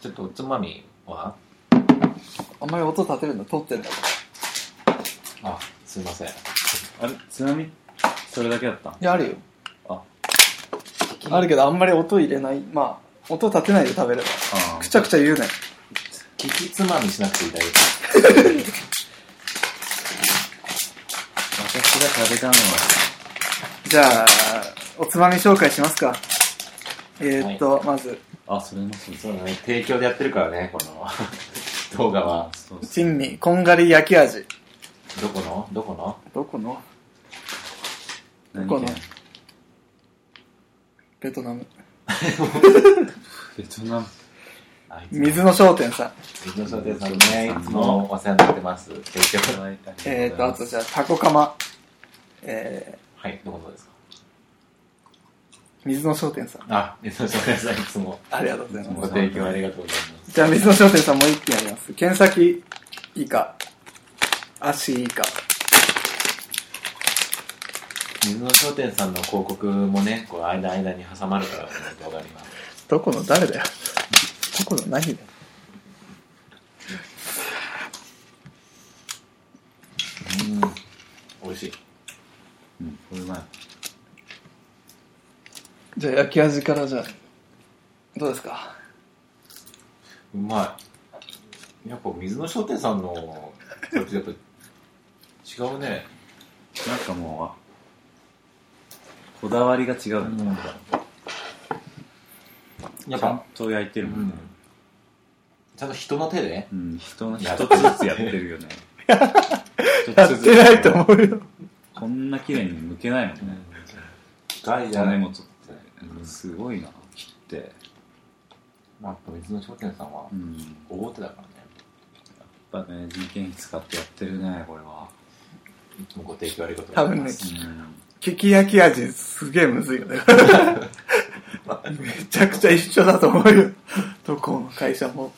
ちょっとおつまみはあんまり音立てるの撮ってんだかあ、すいません。あれ津波それだけだったらいやあるよああるけどあんまり音入れないまあ音立てないで食べればあくちゃくちゃ言うね聞きつまみしなくていいだけ私が食べたのはじゃあおつまみ紹介しますかえー、っと、まずあそれもそうそうだね、提供でやってるからね、こ の動画は。そうそう珍味こんがり焼き味どこのどこのどこの何この県ベトナムベトナムあいつも水の商店さん水野商店さんね、いつもお世話になってます。提供。えー、と、あととじゃあ、タコカマ、えはい、どこのですかー、水野商店さん。あ、水野商店さんいつもありがとうございまごす。提供ありがとうございます。じゃあ、水野商店さんもう一品あります。剣先イカ、足イカ。水野商店さんの広告もね、こう間間に挟まるから、この動画には。どこの誰だよ。どこの何だよ。うん、美味しい。うんこれうまいじゃあ、焼き味からじゃあ、どうですかうまい。やっぱ水野商店さんの、こっちやっぱ違うね。なんかもうあこだわりが違うねやっちゃんぱ、と焼いてるもんねちゃんと人の手でね。うん人の一つずつやってるよね一やつっずつてないと思うよ。こんな綺麗に剥けないもんねガイじゃな種い。もやっ取ってなんかすごいな切ってぱ水野商店さんはうんや大手だからね。っぱね人件費使ってやってるねこれはいつもご提供ありがとうご多ざい分まねす。、聞き焼き味すげえむずいよね。めちゃくちゃ一緒だと思うよ。どこの会社も。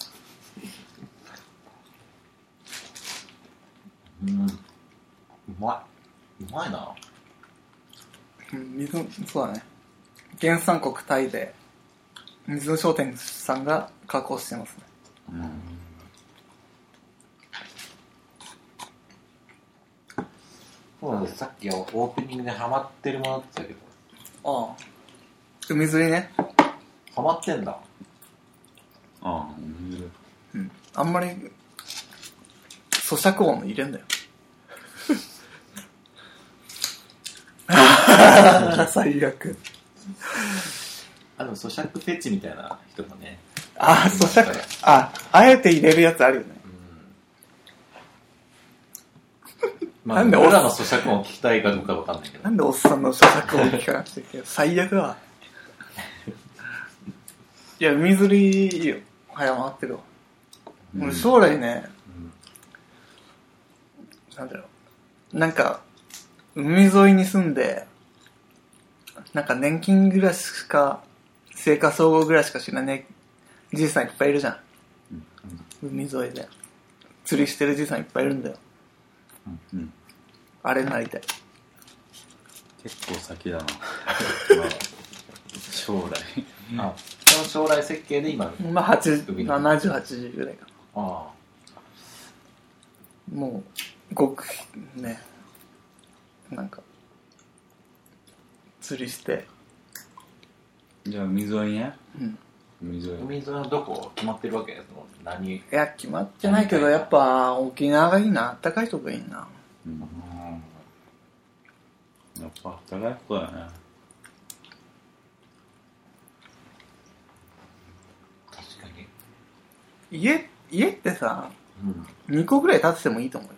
うん。うまい。うまいな。うん水のそうだね原産国タイで水野商店さんが加工してますねうんうんそうなんです。さっきオープニングでハマってるものって言ったけど、ああ海釣りねハマってんだ。ああ面白いうんあんまり咀嚼音入れ んだよ最悪あ、でも咀嚼フェチみたいな人もね。ああ咀嚼ああえて入れるやつあるよねまあ、なんで俺らの咀嚼音を聞きたいかどうかわかんないけどな。んでおっさんの咀嚼音聞かなくちゃいけない最悪だわいや海釣りいいよ早回ってるわ俺将来ね、なんだろう。なんか、海沿いに住んで、なんか年金暮らしか、生活総合暮らしか知らねえじいさんいっぱいいるじゃうんん。海沿いで。釣りしてるじいさんいっぱいいるんだよ。うんうんあれになりたい。結構先だ なまあ将来あ、その将来設計で今、まあ、8 70、80ぐらいかあな。もう、ごく、ね。なんか、釣りして、じゃあ海沿いねうん。海沿い海沿いのどこ決まってるわけその何、いや、決まってないけど、やっぱ、沖縄がいいな。あったかいとこがいいな。うんやっぱ働く子だね確かに。家、家ってさ、うん。 2個ぐらい建ててもいいと思うよ。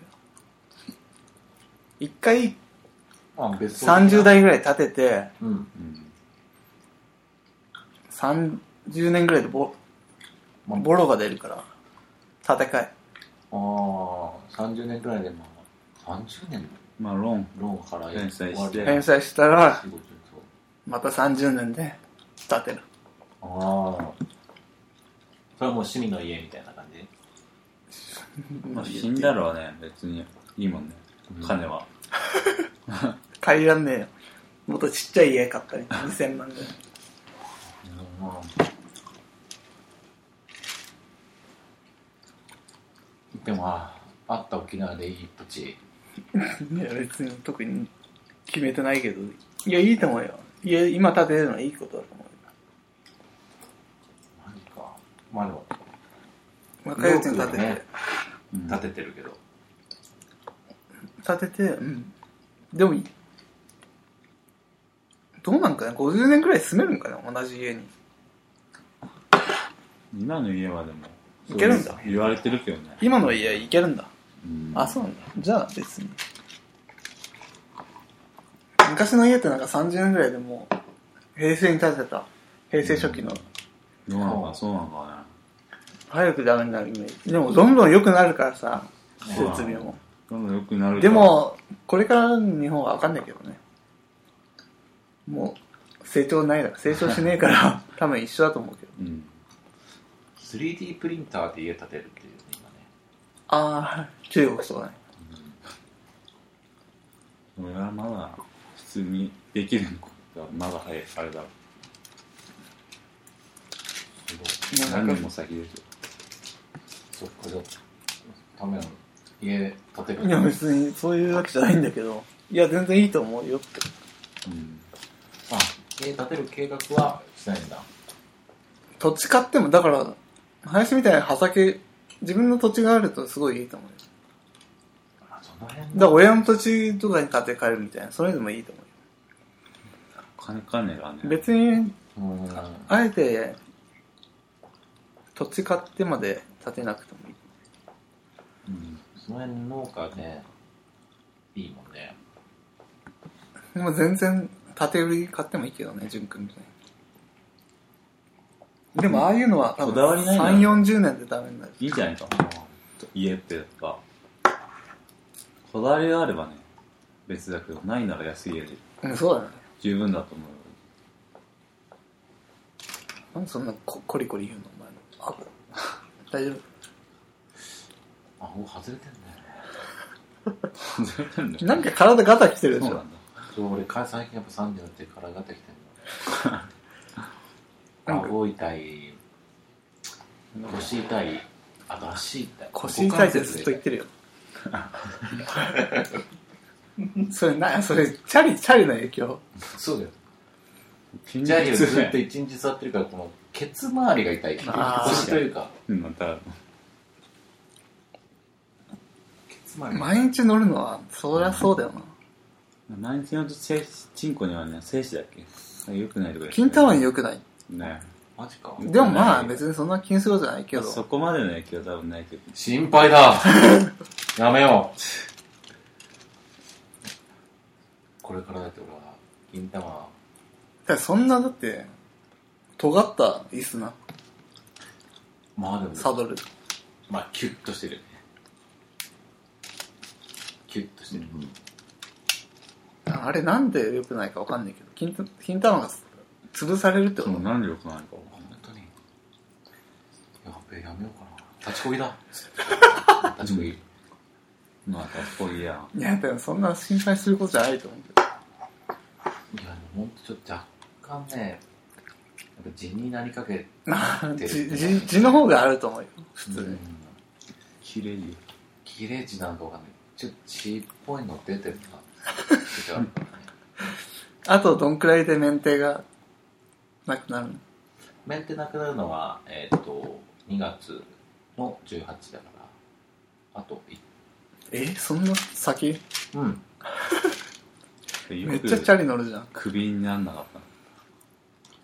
1回まあ別荘30。代ぐらい建てて、うん。うん30年ぐらいでボまあボロが出るから、建て替え。ああ、30年くらいでも、30年まあローンローンから返済して終わ返り済したら仕、事そうまた30年で建てる。ああ。それはもう趣味の家みたいな感じまあ死んだらはね別にいいもんねうん金は帰らんねえよ。もっとちっちゃい家買ったり、2000万ぐらい。うん。でもああった沖縄でいい土地 いや、別に特に決めてないけど。いや、いいと思うよ。いや、今建てるのはいいことだと思うよ。マジかまあでも若いうちに建てて、ねうん建ててるけど、建てて、うん。でも、どうなんかね、50年くらい住めるんかね、同じ家に。今の家はでもいけるんだ言われてるけどね、今の家いけるんだ。うんあ、そうなんだ。じゃあ別に。昔の家ってなんか30年ぐらいでもう、平成に建てた、平成初期の、どうなのかそうなのか早くダメになるイメージ。でもどんどん良くなるからさ、ね設備も。どんどん良くなるでも、これからの日本は分かんないけどね。もう、成長ないから、成長しねえ から、多分一緒だと思うけど。うん 3D プリンターで家建てるっていうね今ねああ、中国そうだね。俺はまだ普通にできるのがまだ早いあれだろすごいもう何なん年かも先ですよそっかじゃあための家建てるいや別にそういうわけじゃないんだけど、いや全然いいと思うよって。うんあ家建てる計画はしないんだ土地買っても、だから、林みたいな畑、自分の土地があるとすごいいいと思うよ。あその辺だから親の土地とかに建て替えるみたいな、それでもいいと思うよ。お金かねがね別に、うんあえて、土地買ってまで建てなくてもいい。うんその辺の農家ねいいもんねでも全然、縦売り買ってもいいけどね、純君みたいに。でも、ああいうのは多こだわ分、りない3な、 40年でダメになる。いいじゃないか家ってやっぱこだわりがあればね別だけどないなら安い家でうん、そうだね。十分だと思うなんでそんなこコリコリ言うの、お前の。あ、大丈あここ外れてんだよね全然だ夫。よなんか体ガタ来てるでそしうなょ。んだそう俺か最近やっぱ30になって体が出てきてん なんのか顎痛い腰痛いあと足痛い腰痛いってずっと言ってるよ。それな、それ、チャリ、チャリの影響。そうだよ筋ジャリをず痛だっよと一日座ってるからこのケツ周りが痛いあー腰というかうんまたケツ周りが毎日乗るのは、そりゃそうだよな。毎日のちチンコにはね精子だっけよくないとか金玉によ良くない。ねマジかでもまあ、別にそんな気にすることじゃないけど。そこまでの影響は多分ないけど心配だやめようこれからだって俺は銀玉だからそんなだって尖った椅子なまあでもサドルまあキュッとしてるよねキュッとしてる、あれなんで良くないかわかんないけど金玉金玉が潰されるってこそと、う何でよくないか本当にやべえやめようかな立ちこぎだ立ちこぎ、まあかっこいいやんいやでもそんな心配することじゃないと思うけどいやでもほんとちょっと若干ねやっぱ地になりかけまあ出じるじ地の方があると思うよ普通に、うん綺麗よ切れ地なんかわかんないちょっと血っぽいの出てるなちょっとあとどんくらいで免停がなくなるのメンテなくなるのは、えーっと2月の18だからあとえそんな先1うんめっちゃチャリ乗るじゃんクビになんなかっ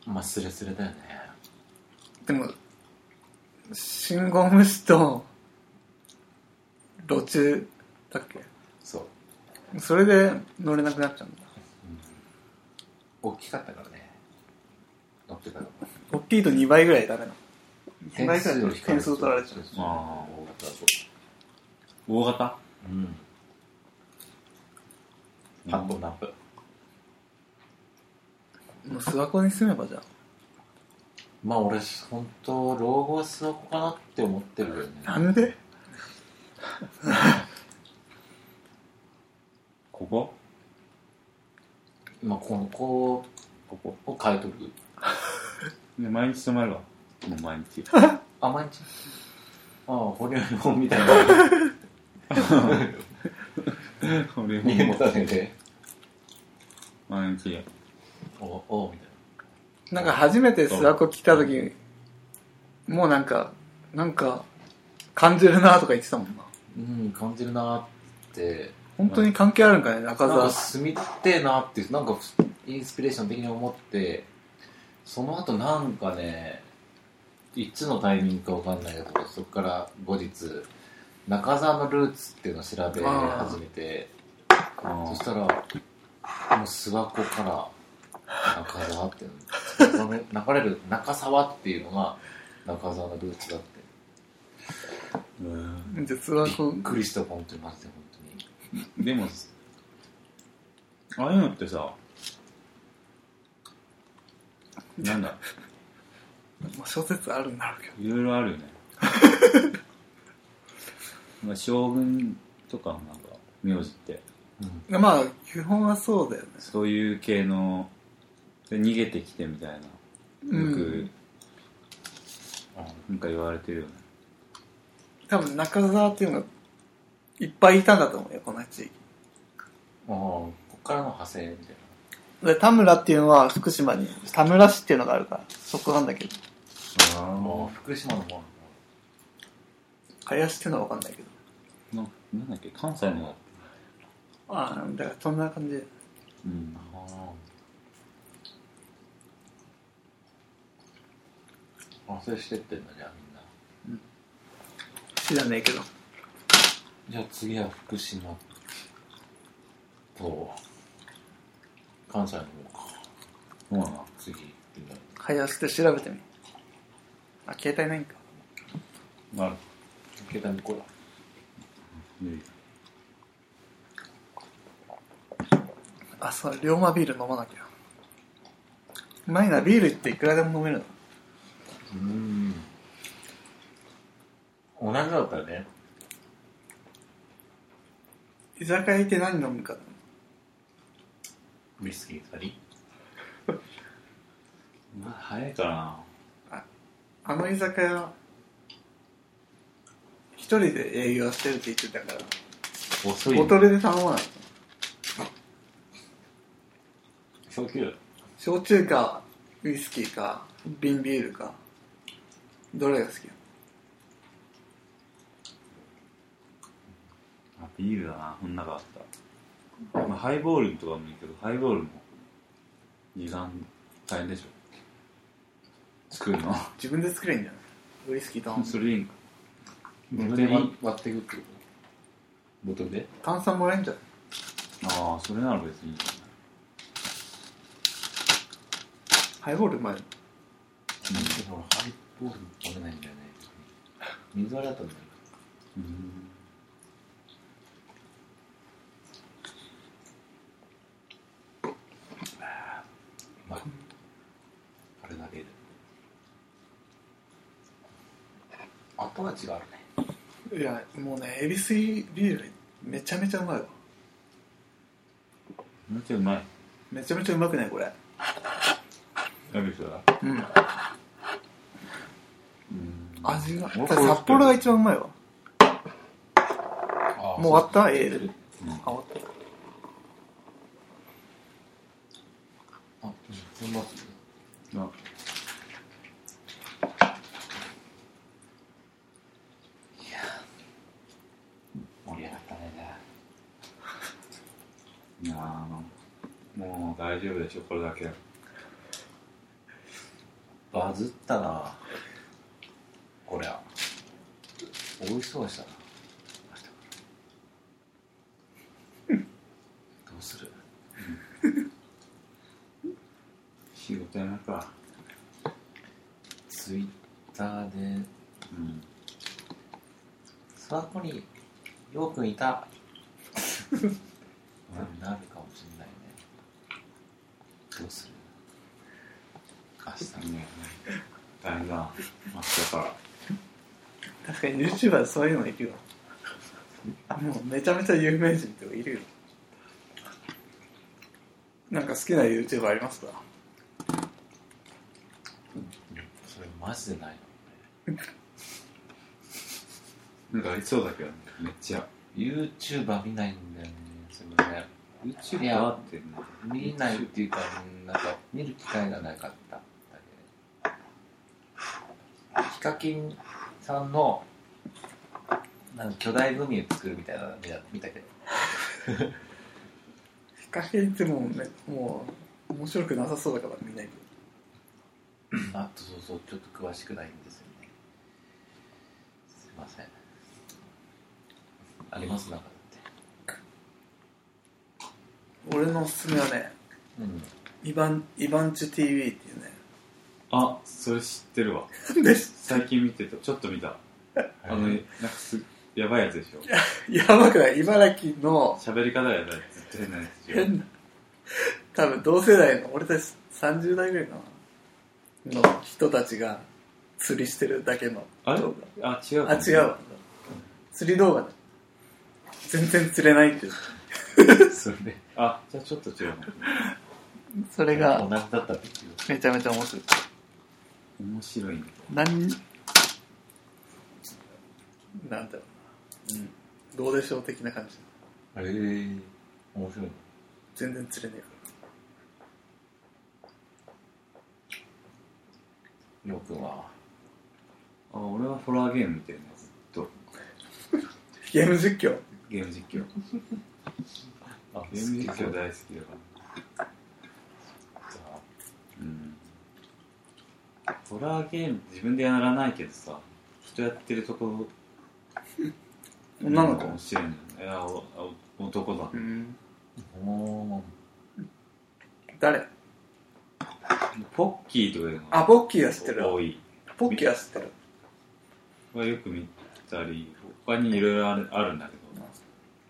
たまあスレスレだよねでも信号無視と路中だっけそうそれで乗れなくなっちゃうんだ大きかったからね乗ってたから大きいと2倍ぐらいだね。2点倍ぐ数らをい引か点数取られちゃう。あああ大型だと大型うんパッとナップもう諏訪湖に住めばじゃまあ俺本当老後は諏訪湖かなって思ってるけどねあ。なんでここ今この子ここを買い取るで毎日泊まるわもう毎日あ毎日ああ、ホリエモンみたい な俺見えもたねで、毎日おおみたいなんか初めて諏訪湖来た時、もうなんか、なんか、感じるなとか言ってたもんな。な。うん、感じるなーって。本当に関係あるんかね、な中んか澤。住みてえなって、なんかインスピレーション的に思って、その後なんかね、いつのタイミングかわかんないけど、そこから後日、中澤のルーツっていうのを調べ始めて、そしたら、もう諏訪湖から中澤っていうの、流れる中沢っていうのが中澤のルーツだって。うんじゃあ諏訪びっ湖、くりした、本当に、マジで本当に。でもああいうのってさなんだまあ、諸説あるんだろうけど。いろいろあるよ ねまあ将軍とかのなんか名字ってうんいやまあ、基本はそうだよね。そういう系ので逃げてきてみたいなうよくん、なんか言われてるよね、多分中澤っていうのが、いっぱいいたんだと思うよ、この地域。ああ、こっからの派生みたいな。で、田村っていうのは福島に、田村市っていうのがあるから、そこなんだけど。もう福島のもの。林っていうのはわかんないけど。ななんだっけ関西の、ああ、だからそんな感じ。うん、ああ。それしてってんだじゃあみんな。知らねえけど。じゃあ次は福島と関西の方か。そうだな次行ってみよ林って調べてみ。あ、携帯ないんか。あう。携帯の子だ。るであ、そう、龍馬ビール飲まなきゃ。うまいな、ビールっていくらでも飲めるの。うん。同じだったらね。居酒屋行って何飲むか。ウイスキー2人。まだ早いかなあの居酒屋、一人で営業してるって言ってたから、遅いボね。トルで頼まない。初級。焼酎か、ウイスキーか、瓶ビールか、どれが好きあビールだなそんなかった、まあ、ハイボールとかもいいけどハイボールも時間大変でしょ 作るの自分で作れんじゃないウイスキー頼む。それでいいんか自分で割割っていくってことボトルで炭酸もらえんじゃないああそれなら別にいいかなハイボールうまいの。ほら、ハイボール飲めないんだよね。水割りだったんだよ。うんまあ、あれだけで。後味があるね。いや、もうね、エビスイビールめちゃめちゃうまいわ。めっちゃうまいめちゃめちゃうまくないこれ。ラビットだうん。うん味が。俺札幌が一番うまいわ。ももう終わったええで。あ、終わった。あ、うん、うます。あ盛り上がったね、じゃあいやーもう大丈夫でしょこれだけバズったなこりゃ。美味しそうでしたな。どうする仕事やなかツイッターで、うん諏訪湖に、ようくんいた。なるかもしれないね。どうする明日ね。大変だな明日から確かに YouTuber でそういうのいるよ。もうめちゃめちゃ有名人とかいるよ。なんか好きな YouTuber ありますかそれマジでないなんかありそうだけどねめっちゃ YouTuber 見ないんだよねすみません YouTube いやはあってなんか見ないっていうかうんなんか見る機会がなかっただけでヒカキンさんのなんか巨大グミを作るみたいなの見た見たけどヒカキンってもうね、もう、面白くなさそうだから見ないけど。あとそうそうちょっと詳しくないんですよねすいませんありますなんかだ俺のおすすめはね、ってうんイバン、イバンチュ TV っていうね。あそれ知ってるわなんで最近見てたちょっと見たあのなんかすやばいやつでしょやばくない茨城の喋り方やばいやつ絶対変なやつでしょ変な、多分同世代の、俺たち30代ぐらいかな、の人たちが釣りしてるだけのあれ動あ違う画。あ、違うわ。釣り動画だ。全然釣れないっていう。 それあじゃあちょっと違うなそれ同がじだったんですよめちゃめちゃ面白い。面白いんだけ何なんだろうな、うん、どうでしょう的な感じへえ面白いね全然釣れねえかりょうくんはどあ俺はホラーゲーム見てるねずっとらゲーム実況ゲーム実況あゲーム実好きそう況だ大好きだからうんホラーゲーム自分でやらないけどさ人やってるとこ女の子面白いんだよねいやおお男だうんおー誰ポッキーとかいうのがあポッキーは知ってる多いポッキーは知ってるはよく見たり他にいろいろあるあるんだけど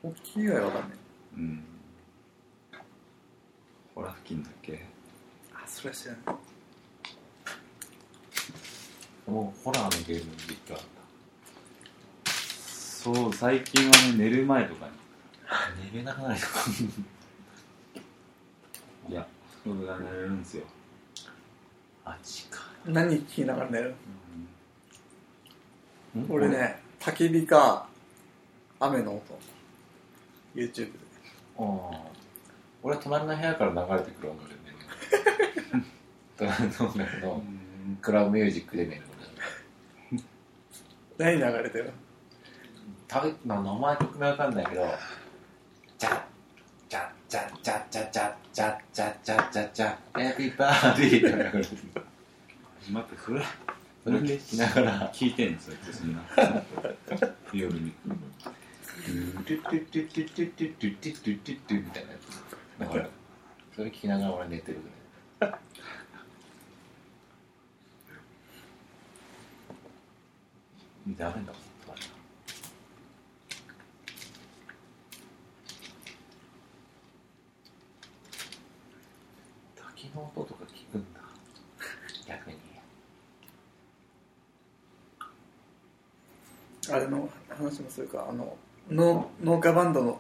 ポッキー以外わかんないうんホラー付近だっけあそれは知らないもうホラーのゲーム実況あっそう最近はね寝る前とかにた寝れなくないとかいや僕が寝れるんですよ、マジか何聞きながら寝るん俺ね焚き火か雨の音 YouTube でああ俺は隣の部屋から流れてくる音楽で寝る隣の音楽うのんクラブミュージックで寝る何流れてる食べな名前曲名わかんないけど「じゃじゃじゃじゃじゃじゃじゃじゃじゃじゃじゃエピバーディー」って流れてる待ってそれそれ聞きながら聞いてんのそれってそんな夜に「トゥトゥトゥトゥトゥトゥトゥトゥトゥトゥトゥ」みたいなやつだからそれ聞きながら俺寝てるぐらいダメだもん滝の音とか聞くんだ逆にあれの話もするかあの農農家バンドの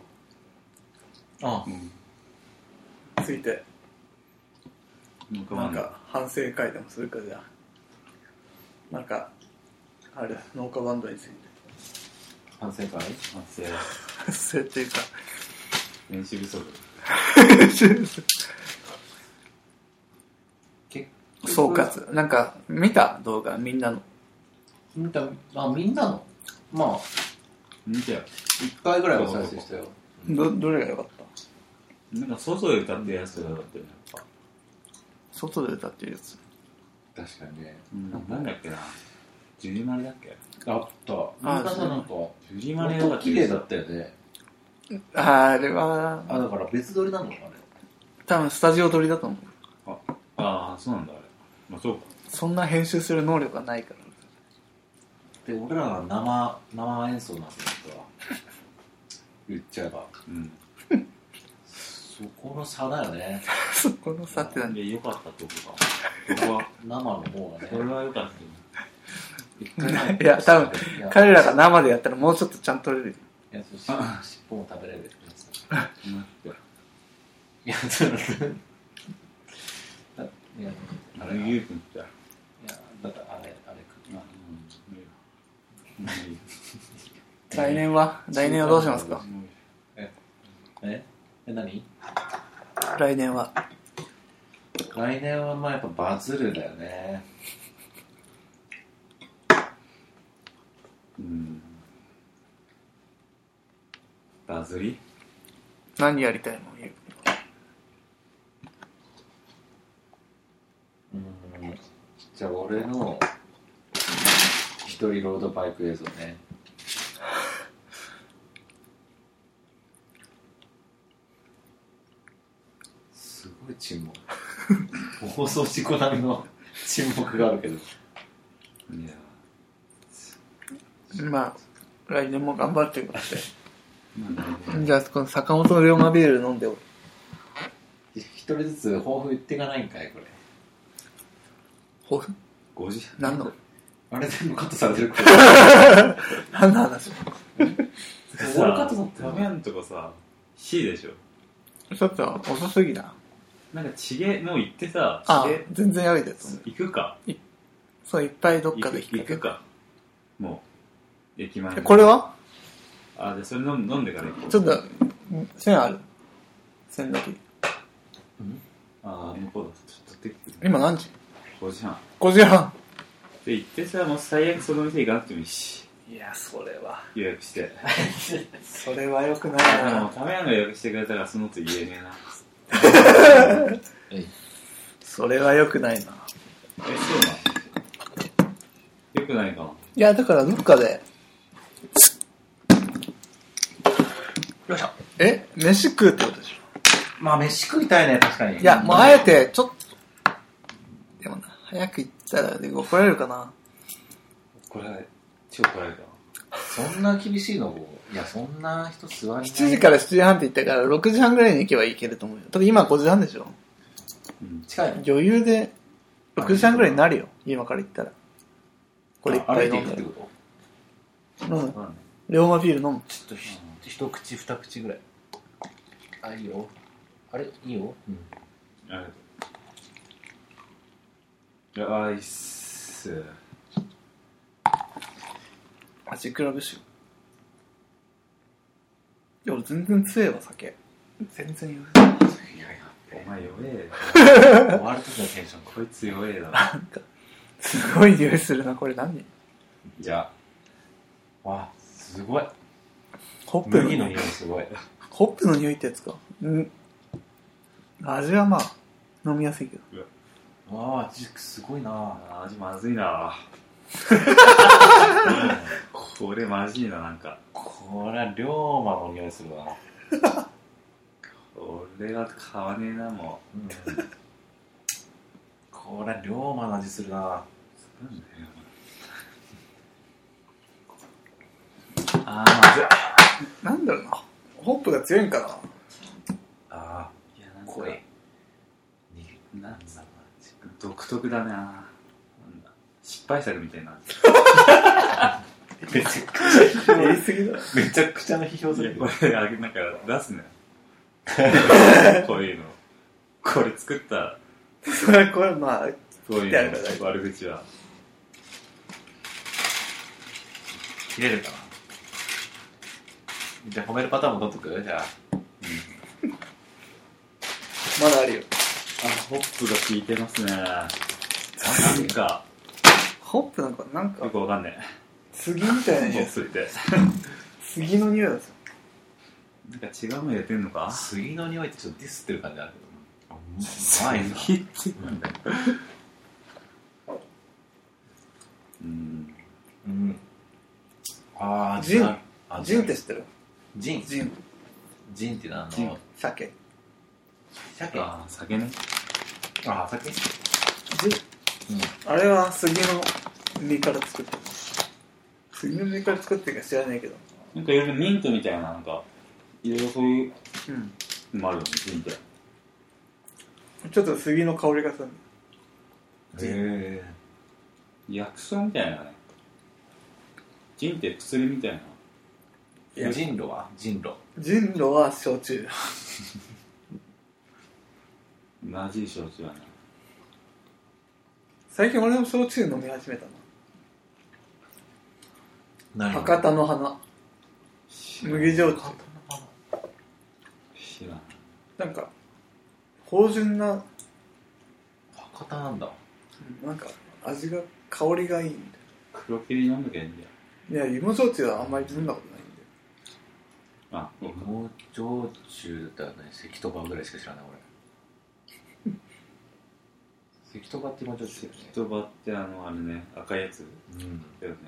あうんついてなんかなんか反省会でもするかじゃあなんかあれ農家バンドについて反省会反省反省っていうか練習不足 結総括なんか見た動画みんなの見たあみんなのまあ見てよ一回ぐらいは再生したよどどれが良かったなんか外で歌ってるやつがだったよねやっぱ外で歌ってるやつ確かにねうんなんだっけなジュリマリだっけあったみんなさなんかジュリマリは音綺麗だったよねあれはあだから別撮りなのかね多分スタジオ撮りだと思うああそうなんだあれまあそうかそんな編集する能力がないから で俺らが生生演奏なんだとは言っちゃえばうんそこの差だよねそこの差って何で良かったとこかここは生の方がこれねは良かったよ一回前にいや多分いや彼らが生でやったらもうちょっとちゃんと撮れるいやそうし尻尾も食べれるやつ待っていやそうだいやああれれゆうくんってあいやだからあれあれかうんうんいいよ来年は来年はどうしますかええ何来年は。来年はまあやっぱバズるだよねうんバズり何やりたいのゆううんじゃあ俺の一人ロードバイク映像ねすごい沈黙放送事故並みの沈黙があるけどいやまあ、来年も頑張るということまあで。じゃあ、この坂本龍馬ビール飲んでおる。一人ずつ抱負言っていかないんかいこれほ、 5時何の、あれ全部カットされてるか何の話らさ俺カットされて画る面とかさ C でしょちょっと遅すぎだ。なんかちげもう行ってさあちげ全然やりだよ。行くかそう、いっぱいどっかで行く引っ行く掛かもう駅前け。のこれはあじゃあそれ飲ん飲んでから行こうちょっと、線ある線だけ。ああ向こうだちょっと取ってきて今何時5時半 ?5 時半。で行ってさもう最悪その店行かなくてもいいしいや、それは。予約して それは良くないあでもな。ためやんが予約してくれたからそのと言えねえなえいそれは良くないな。えそうなのよくないかないや、だからどっかで。よいしょ。え飯食うってことでしょまあ飯食いたいね確かにいや、もうあえて、ちょっと、でもな、早く行ったらで怒られるかな。これ超怒られたわそんな厳しいのいや、そんな人座りない。 7時から7時半って言ったから、6時半ぐらいに行けば行けると思うよ。ただ今5時半でしょうん近いの余裕で、6時半ぐらいになるよ。今から行ったら。これいっぱい飲ん歩いだてらいくって。こと飲む。そうだね龍馬ビール飲む。ちょっとひ一口二口ぐらい。あ、いいよ。あれいいよ。うん。ありがとういやあいっす味比べしよう。いや、俺全然強えわ、酒。全然余裕。いや、やっお前弱えべ。終わる時のテンションこいつ弱えななんか、すごい匂いするな、これ何じゃが。わ、すごい。ホップの麦の匂いすごい。ホップの匂いってやつか。うん。味はまあ、飲みやすいけど。わあ、ジックすごいなあ味まず いなこれまずいななんかこれは龍馬の匂いするわ。これは買わねえなもうん。これは龍馬の味するなうなんだよあーまずいなんだろうな。ホップが強いんかな。あいやなんあ、か濃い。なんだろうな独特だななんだ失敗作みたい なめちゃく 言い過ぎだ。めちゃくちゃの批評するけどこ。れあげなんか出 すねこういうのこれ作ったそれ、 これまあ、こういやるうからの悪口は切れるかなじゃあ褒めるパターンも取っとくじゃあまだあるよ。あホップが効いてますねなんかホップなんか、なんよか、くわかんね杉みたいえなホ匂い ッ。プって杉の匂いですよ。なんか違うの入れてんのか杉の匂いってちょっとディスってる感じあるけどうまいな入ってんのかうんうんああジンジジンンって知ってるジンジン。ジンってなあジンの鮭。鮭ああ酒ねあ酒ジン。あれは杉の実から作ってる。杉の実から作ってるか知らないけど。なんかいろいろミントみたいななんかいろいろそういううん。のもあるよねミントちょっと杉の香りがする。へえ薬草みたいなねジンって薬みたいなや人狼は人狼ジンロは焼酎。マジ焼酎はね最近俺も焼酎飲み始めたな。何博多の花。知らない麦焼酎知らなないんか芳醇な博多なんだ。なんか味が香りがいいん黒霧飲んどきゃいいんだよだよいや芋焼酎はあんまり飲んだことないんであそうか芋焼酎だよね。関戸場ぐらいしか知らない、俺。関戸場って芋焼酎だよ人葉ってあのあれね赤いやつね。うん。だよね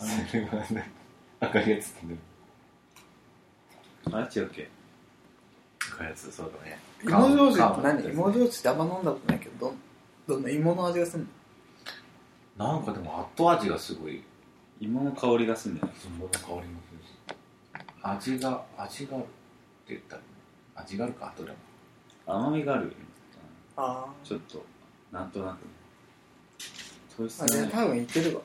それはね、赤いやつってね。あ違うっけ赤いやつ、そうだね。芋焼酎ってカーブ何芋焼酎ってあんま飲んだことないけどどんどんな芋の味がするのなんかでも後味がすごい。芋の香りがするんだよねその香りもするし。味が、味があるって言ったらいいの、味があるか、後でも。甘みがあるよねああちょっとなんとなくね糖質あじゃあない多分いけるわ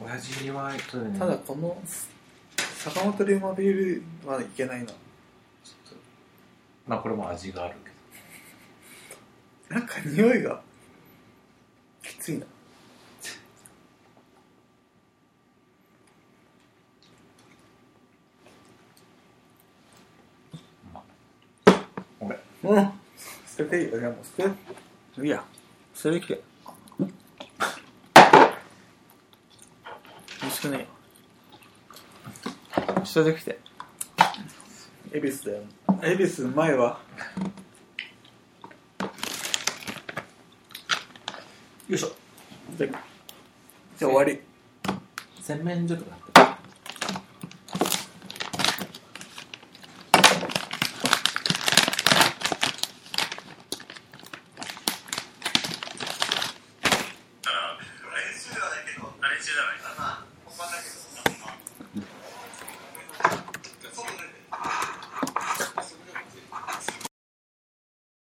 親父には、後でねただこの坂本龍馬ビールはいけないなまあこれも味があるけど。なんか匂いがきついなこれ。うん捨てていいよじゃあもう捨ていいや捨ててきて美味しくないよ捨ててきて恵比寿だよ恵比寿うまいわよいしょ。じゃあじゃあ終わり洗面所とかあった。練習ではないけど、あ練習じゃないかな、本番だけど。